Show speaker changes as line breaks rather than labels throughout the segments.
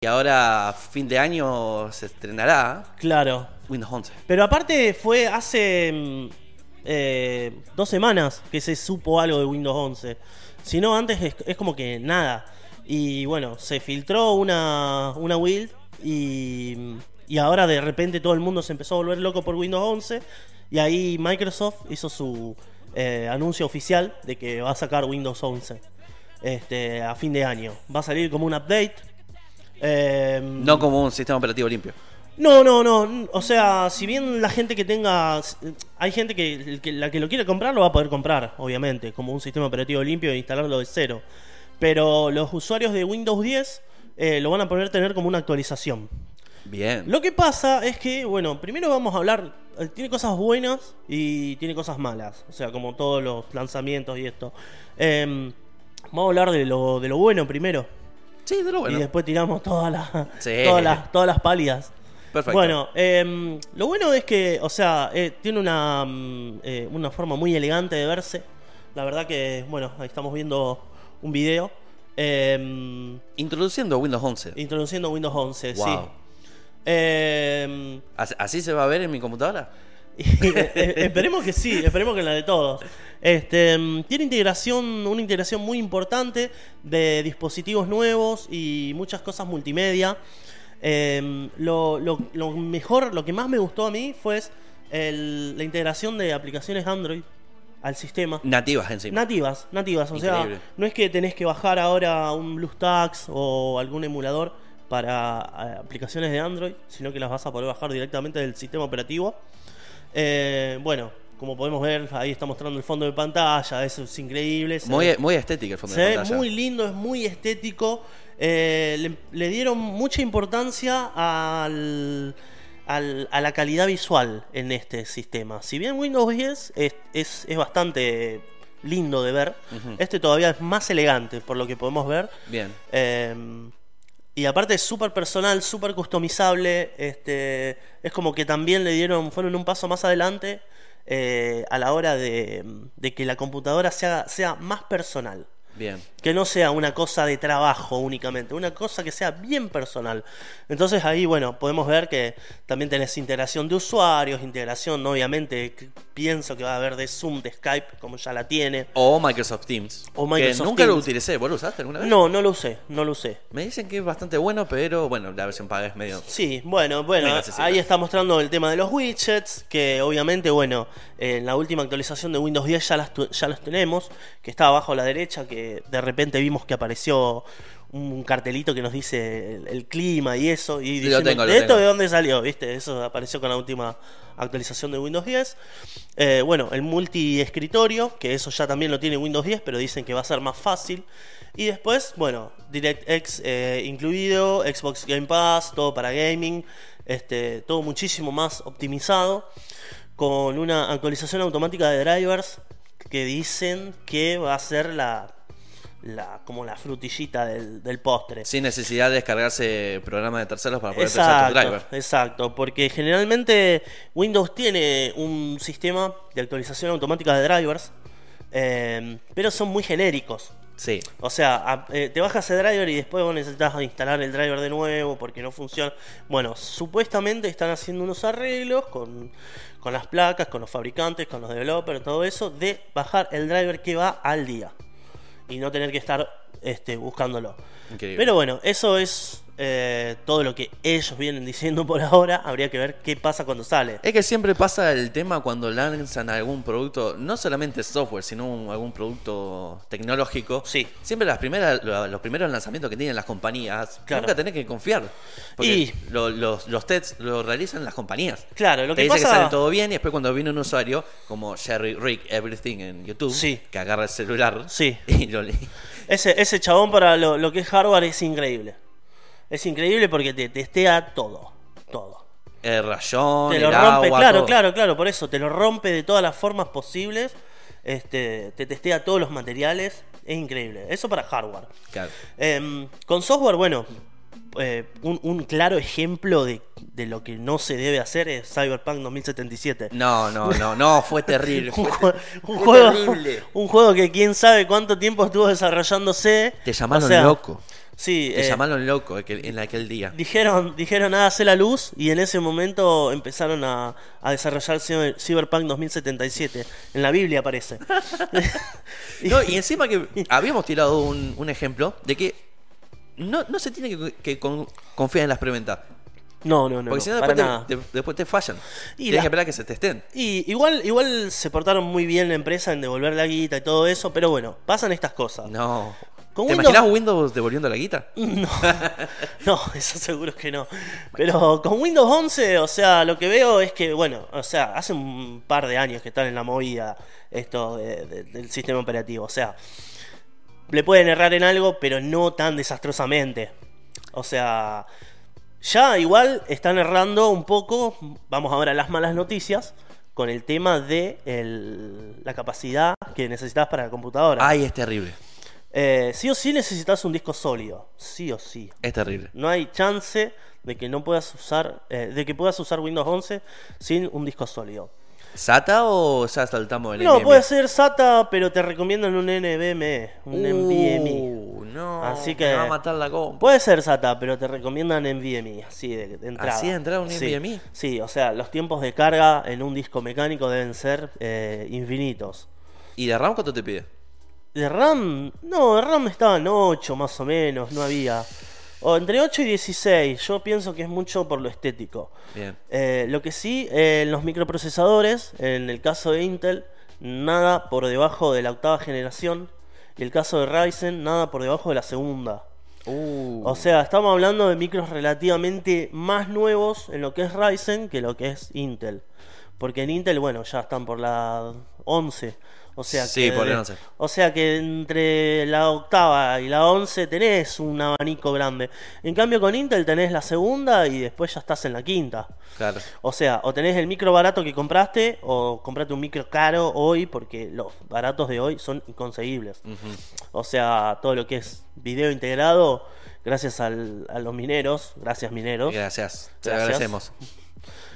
Y ahora, fin de año, se estrenará
Claro.
Windows 11.
Pero aparte fue hace mm, eh, dos semanas que se supo algo de Windows 11. Si no, antes es, es como que nada. Y bueno, se filtró una, una build y, y ahora de repente todo el mundo se empezó a volver loco por Windows 11. Y ahí Microsoft hizo su eh, anuncio oficial de que va a sacar Windows 11 este, a fin de año. Va a salir como un update. Eh,
No como un sistema operativo limpio.
no, no, no. O sea, si bien la gente que tenga. Hay gente que, que la que lo quiere comprar lo va a poder comprar, obviamente, como un sistema operativo limpio e instalarlo de cero. Pero los usuarios de Windows 10 eh, lo van a poder tener como una actualización.
Bien.
Lo que pasa es que, bueno, primero vamos a hablar. eh, Tiene cosas buenas y tiene cosas malas. O sea, como todos los lanzamientos y esto. Em, vamos a hablar de lo, de lo bueno primero.
Sí, de lo bueno.
Y después tiramos todas las,
Sí.
todas las, todas las pálidas.
Perfecto.
Bueno, em, lo bueno es que, o sea, eh, tiene una, mm, eh, una forma muy elegante de verse. La verdad que, bueno, ahí estamos viendo un video em,
Introduciendo Windows 11.
introduciendo Windows 11, sí.
Wow.
Em,
¿As- ¿Así se va a ver en mi computadora?
y, eh, eh, esperemos que sí, esperemos que la de todos. Este, mm, tiene integración, una integración muy importante de dispositivos nuevos y muchas cosas multimedia. Eh, lo, lo- lo mejor, lo que más me gustó a mí fue el- la integración de aplicaciones Android al sistema.
Nativas encima.
Nativas, nativas. O
Increíble.
sea, no es que tenés que bajar ahora un BlueStacks o algún emulador para eh, aplicaciones de Android, sino que las vas a poder bajar directamente del sistema operativo. Eh, bueno, como podemos ver, ahí está mostrando el fondo de pantalla, eso es increíble. se
muy,
ve-
muy estética el fondo
se
de
ve
pantalla.
muy lindo, es muy estético. Eh, le, le dieron mucha importancia al, al- a la calidad visual en este sistema. Si bien Windows 10 es, es, es bastante lindo de ver,
Ujú.
este todavía es más elegante por lo que podemos ver.
Bien.
Eh, y aparte es súper personal, súper customizable. Este, es como que también le dieron, fueron un paso más adelante eh, a la hora de, de que la computadora sea, sea más personal.
Bien.
Que no sea una cosa de trabajo únicamente, una cosa que sea bien personal. Entonces ahí, bueno, podemos ver que también tenés integración de usuarios, integración, obviamente, que pienso que va a haber de Zoom, de Skype, como ya la tiene.
O Microsoft Teams.
O Microsoft
que nunca lo
Teams.
utilicé. ¿Vos lo usaste alguna vez?
No, no lo usé, no lo usé.
Me dicen que es bastante bueno, pero bueno, la versión paga es medio.
Sí, bueno, bueno,
Muy accesible.
ahí está mostrando el tema de los widgets, que obviamente, bueno, en la última actualización de Windows 10 ya las, tu- ya los tenemos, que está abajo a la derecha, que de repente vimos que apareció un cartelito que nos dice el, el clima y eso, y
lo
diciendo,
tengo, lo
¿de esto
tengo".
de dónde salió? ¿Viste? Eso apareció con la última actualización de Windows 10. Eh, bueno, el multi-escritorio, que eso ya también lo tiene Windows 10, pero dicen que va a ser más fácil. Y después, bueno, DirectX eh, incluido, Xbox Game Pass, todo para gaming, este, todo muchísimo más optimizado, con una actualización automática de drivers que dicen que va a ser la, la como la frutillita del, del postre.
Sin necesidad de descargarse programas de terceros para poder utilizar tu driver.
Exacto, exacto, porque generalmente Windows tiene un sistema de actualización automática de drivers, eh, pero son muy genéricos.
Sí.
O sea, a- eh, te bajas el driver y después vos necesitas instalar el driver de nuevo porque no funciona. Bueno, supuestamente están haciendo unos arreglos con, con las placas, con los fabricantes, con los developers, todo eso, de bajar el driver que va al día y no tener que estar este, buscándolo.
Increíble.
Pero bueno, eso es eh, todo lo que ellos vienen diciendo por ahora. Habría que ver qué pasa cuando sale.
Es que siempre pasa el tema cuando lanzan algún producto, no solamente software, sino un- algún producto tecnológico.
Sí.
Siempre las primeras, lo- los primeros lanzamientos que tienen las compañías,
Claro.
nunca tenés que confiar. Porque
Y-
lo- los, los tests los realizan las compañías.
Claro, lo
Te
que
dice que
pasa-
sale todo bien y después cuando viene un usuario como Jerry Rick Everything en YouTube,
Sí.
que agarra el celular
Sí.
y lo lee.
Ese, ese chabón para lo, lo que es hardware es increíble. Es increíble porque te testea todo. Todo.
El rayón,
Te lo
el
rompe,
agua,
claro,
todo.
claro, claro, por eso. Te lo rompe de todas las formas posibles. Este, te testea todos los materiales. Es increíble. Eso para hardware.
Claro.
Em, con software, bueno, eh, un, un claro ejemplo de, de lo que no se debe hacer es Cyberpunk 2077.
No, no, no, no, fue terrible.
Un,
fue
jue-
ter- fue
un juego,
terrible.
un juego que quién sabe cuánto tiempo estuvo desarrollándose.
Te llamaron
O sea,
loco.
Sí,
Te
eh,
llamaron loco aquel- en aquel día.
dijeron, dijeron, ah, hace la luz y en ese momento empezaron a, a desarrollar Cyber- Cyberpunk 2077. En la Biblia aparece.
No, y encima que habíamos tirado un, un ejemplo de que no, no se tiene que, que con- confiar en las preventas.
No, no, no.
Porque
no,
si no,
para
después
nada.
te, te- después te fallan.
Y
Tienes
la-
que esperar a que se testen.
Y igual, igual se portaron muy bien la empresa en devolver la guita y todo eso, pero bueno, pasan estas cosas.
No.
Con
¿Te
Windows- Mm,
imaginas Windows devolviendo la guita?
No, no, eso seguro que no. Pero con Windows 11, o sea, lo que veo es que, bueno, o sea, hace un par de años que están en la movida esto de- de- del sistema operativo. O sea, le pueden errar en algo, pero no tan desastrosamente. O sea, ya igual están errando un poco. Vamos ahora a las malas noticias. Con el tema de el- la capacidad que necesitas para la computadora.
Ay, es terrible.
Eh, sí o sí necesitas un disco sólido. Sí o sí.
Es terrible.
No hay chance de que no puedas usar, eh, de que puedas usar Windows 11 sin un disco sólido.
¿SATA o ya saltamos el
No,
NVMe?
puede ser SATA, pero te recomiendan un NVMe, un NVMe.
Uh, no.
Así
Me
que-
va a matar la compu.
Puede ser SATA, pero te recomiendan NVMe, así de, de entrada.
¿Así de entrada un
Sí.
NVMe?
Sí, o sea, los tiempos de carga en un disco mecánico deben ser eh, infinitos.
¿Y de RAM cuánto te pide?
De RAM, no, de RAM estaban 8 más o menos, no había. O entre 8 y 16, yo pienso que es mucho por lo estético.
Bien.
Eh, lo que sí, eh, los microprocesadores, en el caso de Intel, nada por debajo de la octava generación. Y el caso de Ryzen, nada por debajo de la segunda.
Uh.
O sea, estamos hablando de micros relativamente más nuevos en lo que es Ryzen que lo que es Intel. Porque en Intel, bueno, ya están por la 11. O sea
Sí,
que,
por la 11.
O sea que entre la octava y la 11 tenés un abanico grande. En cambio con Intel tenés la segunda y después ya estás en la quinta.
Claro.
O sea, o tenés el micro barato que compraste o comprate un micro caro hoy porque los baratos de hoy son inconseguibles.
Ujú.
O sea, todo lo que es video integrado, gracias al- a los mineros, gracias mineros,
Gracias. Te
Gracias.
agradecemos.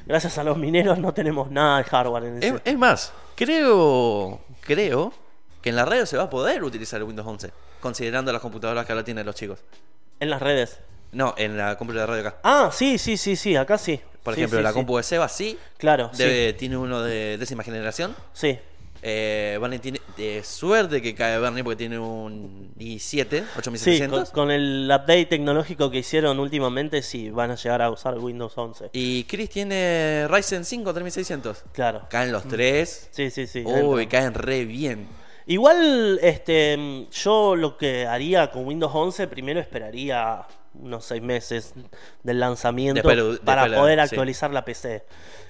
gracias a los mineros no tenemos nada de hardware en
Es,
ese.
es más, creo, creo que en la radio se va a poder utilizar el Windows 11, considerando las computadoras que ahora tienen los chicos.
en las redes.
No, en la compu de la radio acá.
Ah, sí, sí, sí, sí, acá sí.
Por
Sí,
ejemplo,
sí,
la
sí.
compu de Seba sí,
Claro,
debe- tiene uno de décima generación.
sí, sí.
Eh, Bernie tiene de suerte que cae Bernie porque tiene un i7,
Sí, con,
8700.
con el update tecnológico que hicieron últimamente, sí, van a llegar a usar Windows 11.
Y Chris tiene Ryzen 5 3600.
Claro.
Caen los tres.
Sí, Mm. sí, sí.
Uy, caen re bien.
Igual, este, mm, yo lo que haría con Windows 11, primero esperaría unos seis meses del lanzamiento
Después lo- después
para
lo-
poder
sí.
actualizar la PC.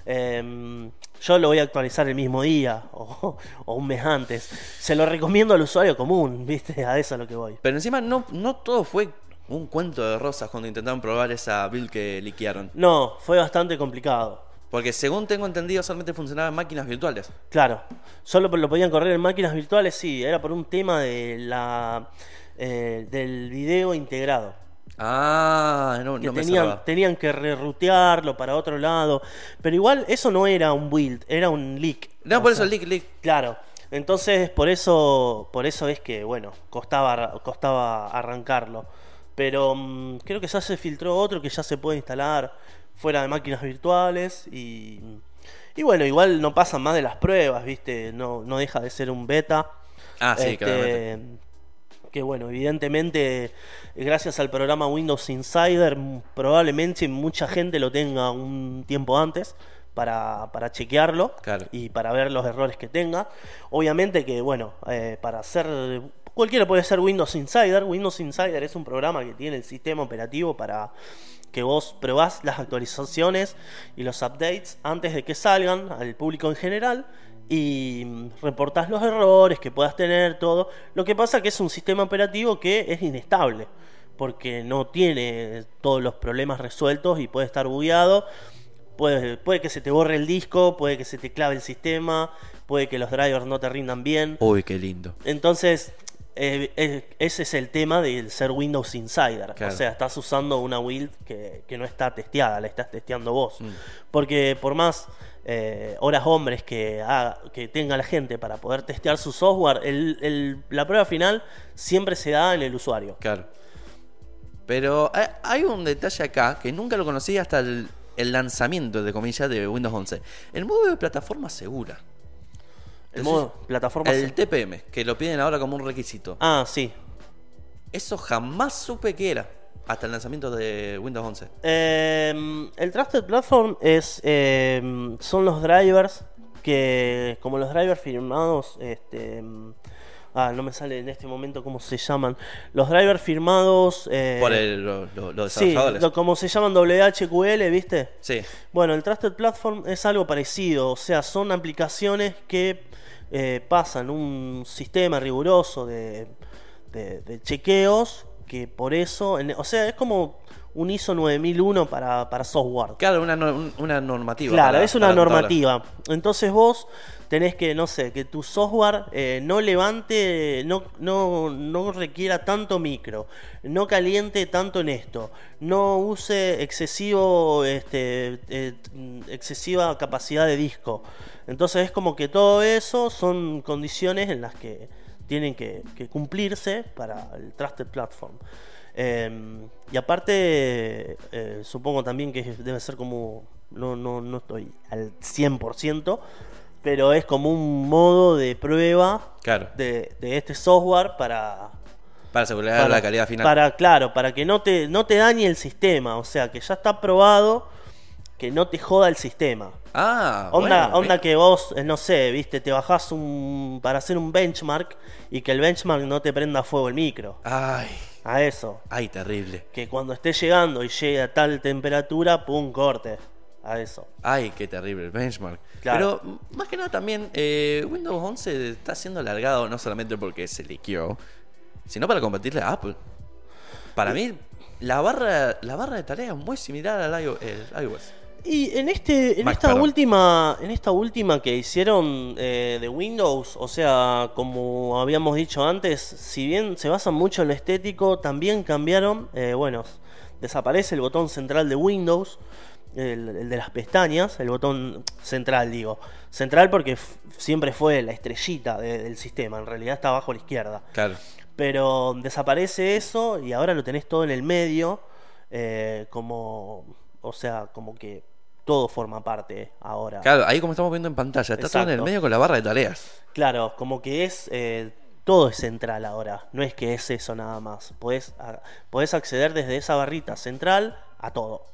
Em, yo lo voy a actualizar el mismo día o, o un mes antes. Se lo recomiendo al usuario común, ¿viste? A eso es lo que voy.
Pero encima no, no todo fue un cuento de rosas cuando intentaron probar esa build que liquearon.
No, fue bastante complicado.
Porque según tengo entendido solamente funcionaba en máquinas virtuales.
Claro, solo lo podían correr en máquinas virtuales, sí, era por un tema de la, eh, del video integrado.
Ah, no,
que
no me
tenían,
cerraba.
tenían que rerutearlo para otro lado. Pero igual eso no era un build, era un leak.
No,
O
por
sea,
eso leak, leak.
Claro. Entonces, por eso, por eso es que, bueno, costaba, costaba arrancarlo. Pero mm, creo que ya se filtró otro que ya se puede instalar fuera de máquinas virtuales. Y, y bueno, igual no pasa más de las pruebas, ¿viste? No, no deja de ser un beta.
Ah, sí,
Este,
claramente.
Que bueno, evidentemente, gracias al programa Windows Insider, m- probablemente mucha gente lo tenga un tiempo antes para, para chequearlo
Claro.
y para ver los errores que tenga. Obviamente que, bueno, eh, para hacer. Cualquiera puede ser Windows Insider. Windows Insider es un programa que tiene el sistema operativo para que vos probás las actualizaciones y los updates antes de que salgan al público en general y mm, reportás los errores que puedas tener, todo. Lo que pasa que es un sistema operativo que es inestable porque no tiene todos los problemas resueltos y puede estar bugueado. Puede, puede que se te borre el disco, puede que se te clave el sistema, puede que los drivers no te rindan bien.
Uy, qué lindo.
Entonces, Eh, eh, ese es el tema del ser Windows Insider.
Claro.
O sea, estás usando una build que, que no está testeada, la estás testeando vos.
Mm.
Porque por más eh, horas hombres que, haga- que tenga la gente para poder testear su software, el- el- la prueba final siempre se da en el usuario.
Claro. Pero hay- hay un detalle acá que nunca lo conocí hasta el, el lanzamiento, de comillas, de Windows 11. El modo de plataforma segura.
El
Entonces,
modo plataforma.
El TPM, que lo piden ahora como un requisito.
Ah, sí.
Eso jamás supe que era hasta el lanzamiento de Windows 11.
Eh, el Trusted Platform es, eh, son los drivers que, como los drivers firmados, este, mm, ah, no me sale en este momento cómo se llaman, los drivers firmados eh,
Por el- lo- lo- los
sí,
desarrolladores.
lo- como se llaman WHQL, ¿viste?
Sí,
Bueno, el Trusted Platform es algo parecido, o sea, son aplicaciones que eh, pasan un sistema riguroso de, de- de chequeos que por eso, en- o sea, es como un ISO 9001 para, para software.
claro, una, no- un- una normativa.
Claro,
para-
es una
para la computadora.
normativa. Entonces vos tenés que, no sé, que tu software eh, no levante, no, no, no requiera tanto micro, no caliente tanto en esto, no use excesivo, este, eh, mm, excesiva capacidad de disco. Entonces es como que todo eso son condiciones en las que tienen que, que cumplirse para el Trusted Platform. Eh, y aparte, eh, supongo también que debe ser como. No, no, no estoy al 100%, pero es como un modo de prueba
Claro,
de, de este software para.
para asegurar
para-
la calidad final.
Para, claro, para que no te, no te dañe el sistema. O sea, que ya está probado que no te joda el sistema.
Ah,
Onda,
bueno,
onda
bien.
que vos, eh, no sé, viste, te bajás un, para hacer un benchmark y que el benchmark no te prenda fuego el micro.
Ay,
A eso
ay, terrible.
que cuando esté llegando y llegue a tal temperatura, pum, corte. A eso.
Ay, qué terrible el benchmark.
Claro.
Pero m- más que nada también, eh, Windows 11 está siendo alargado no solamente porque se liqueó, sino para competirle a Apple. Para mí, la barra, la barra de tareas es muy similar al iO- el iOS.
Y en este, en
Mac,
esta
perdón.
última, en esta última que hicieron eh, de Windows, o sea, como habíamos dicho antes, si bien se basan mucho en lo estético, también cambiaron, eh, bueno, desaparece el botón central de Windows, el, el de las pestañas, el botón central, digo, central porque f- siempre fue la estrellita de- del sistema, en realidad está abajo a la izquierda.
Claro.
Pero desaparece eso y ahora lo tenés todo en el medio. eh, como. O sea, como que todo forma parte ahora. Claro,
Claro, ahí como estamos viendo en pantalla, está todo en el
Exacto.
medio con la barra de tareas.
como que es. eh, todo es central ahora. No es que es eso nada más. Podés, a- podés acceder desde esa barrita central a todo.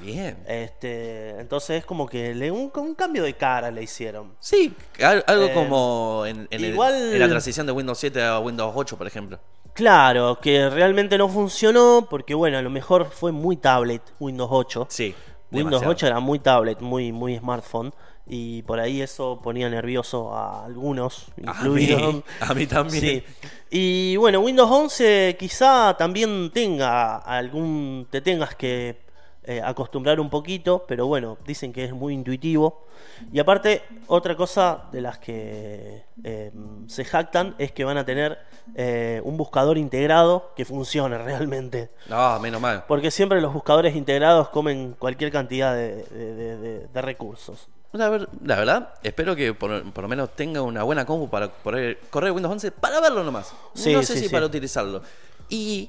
Bien.
Este, entonces es como que le, un, un cambio de cara le hicieron.
Sí, al- algo
Eh,
como en, en el-
igual-
en la transición de Windows 7 a Windows 8, por ejemplo.
Claro, que realmente no funcionó porque, bueno, a lo mejor fue muy tablet Windows 8.
Sí.
Windows
demasiado.
8 era muy tablet, muy, muy smartphone. Y por ahí eso ponía nervioso a algunos,
A mí,
incluidos.
Ah, a mí también.
Sí. Y bueno, Windows 11 quizá también tenga algún. te tengas que eh, acostumbrar un poquito, pero bueno, dicen que es muy intuitivo. Y aparte, otra cosa de las que eh, se jactan es que van a tener eh, un buscador integrado que funcione realmente.
No, menos mal.
Porque siempre los buscadores integrados comen cualquier cantidad de, de- de- de- de recursos.
La, ver- la verdad, espero que por, por lo menos tenga una buena compu para correr, correr Windows 11 para verlo nomás.
Sí,
no sé
sí,
si
sí.
para utilizarlo. Y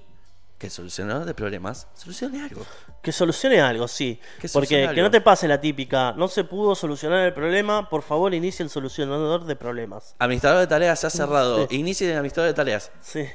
que el solucionador de problemas solucione algo.
Que solucione algo, sí.
Que
Porque
solucione
que no
algo.
te pase la típica, no se pudo solucionar el problema, por favor inicie el solucionador de problemas.
Administrador de tareas se ha cerrado.
Sí.
Inicie el administrador de tareas.
Sí.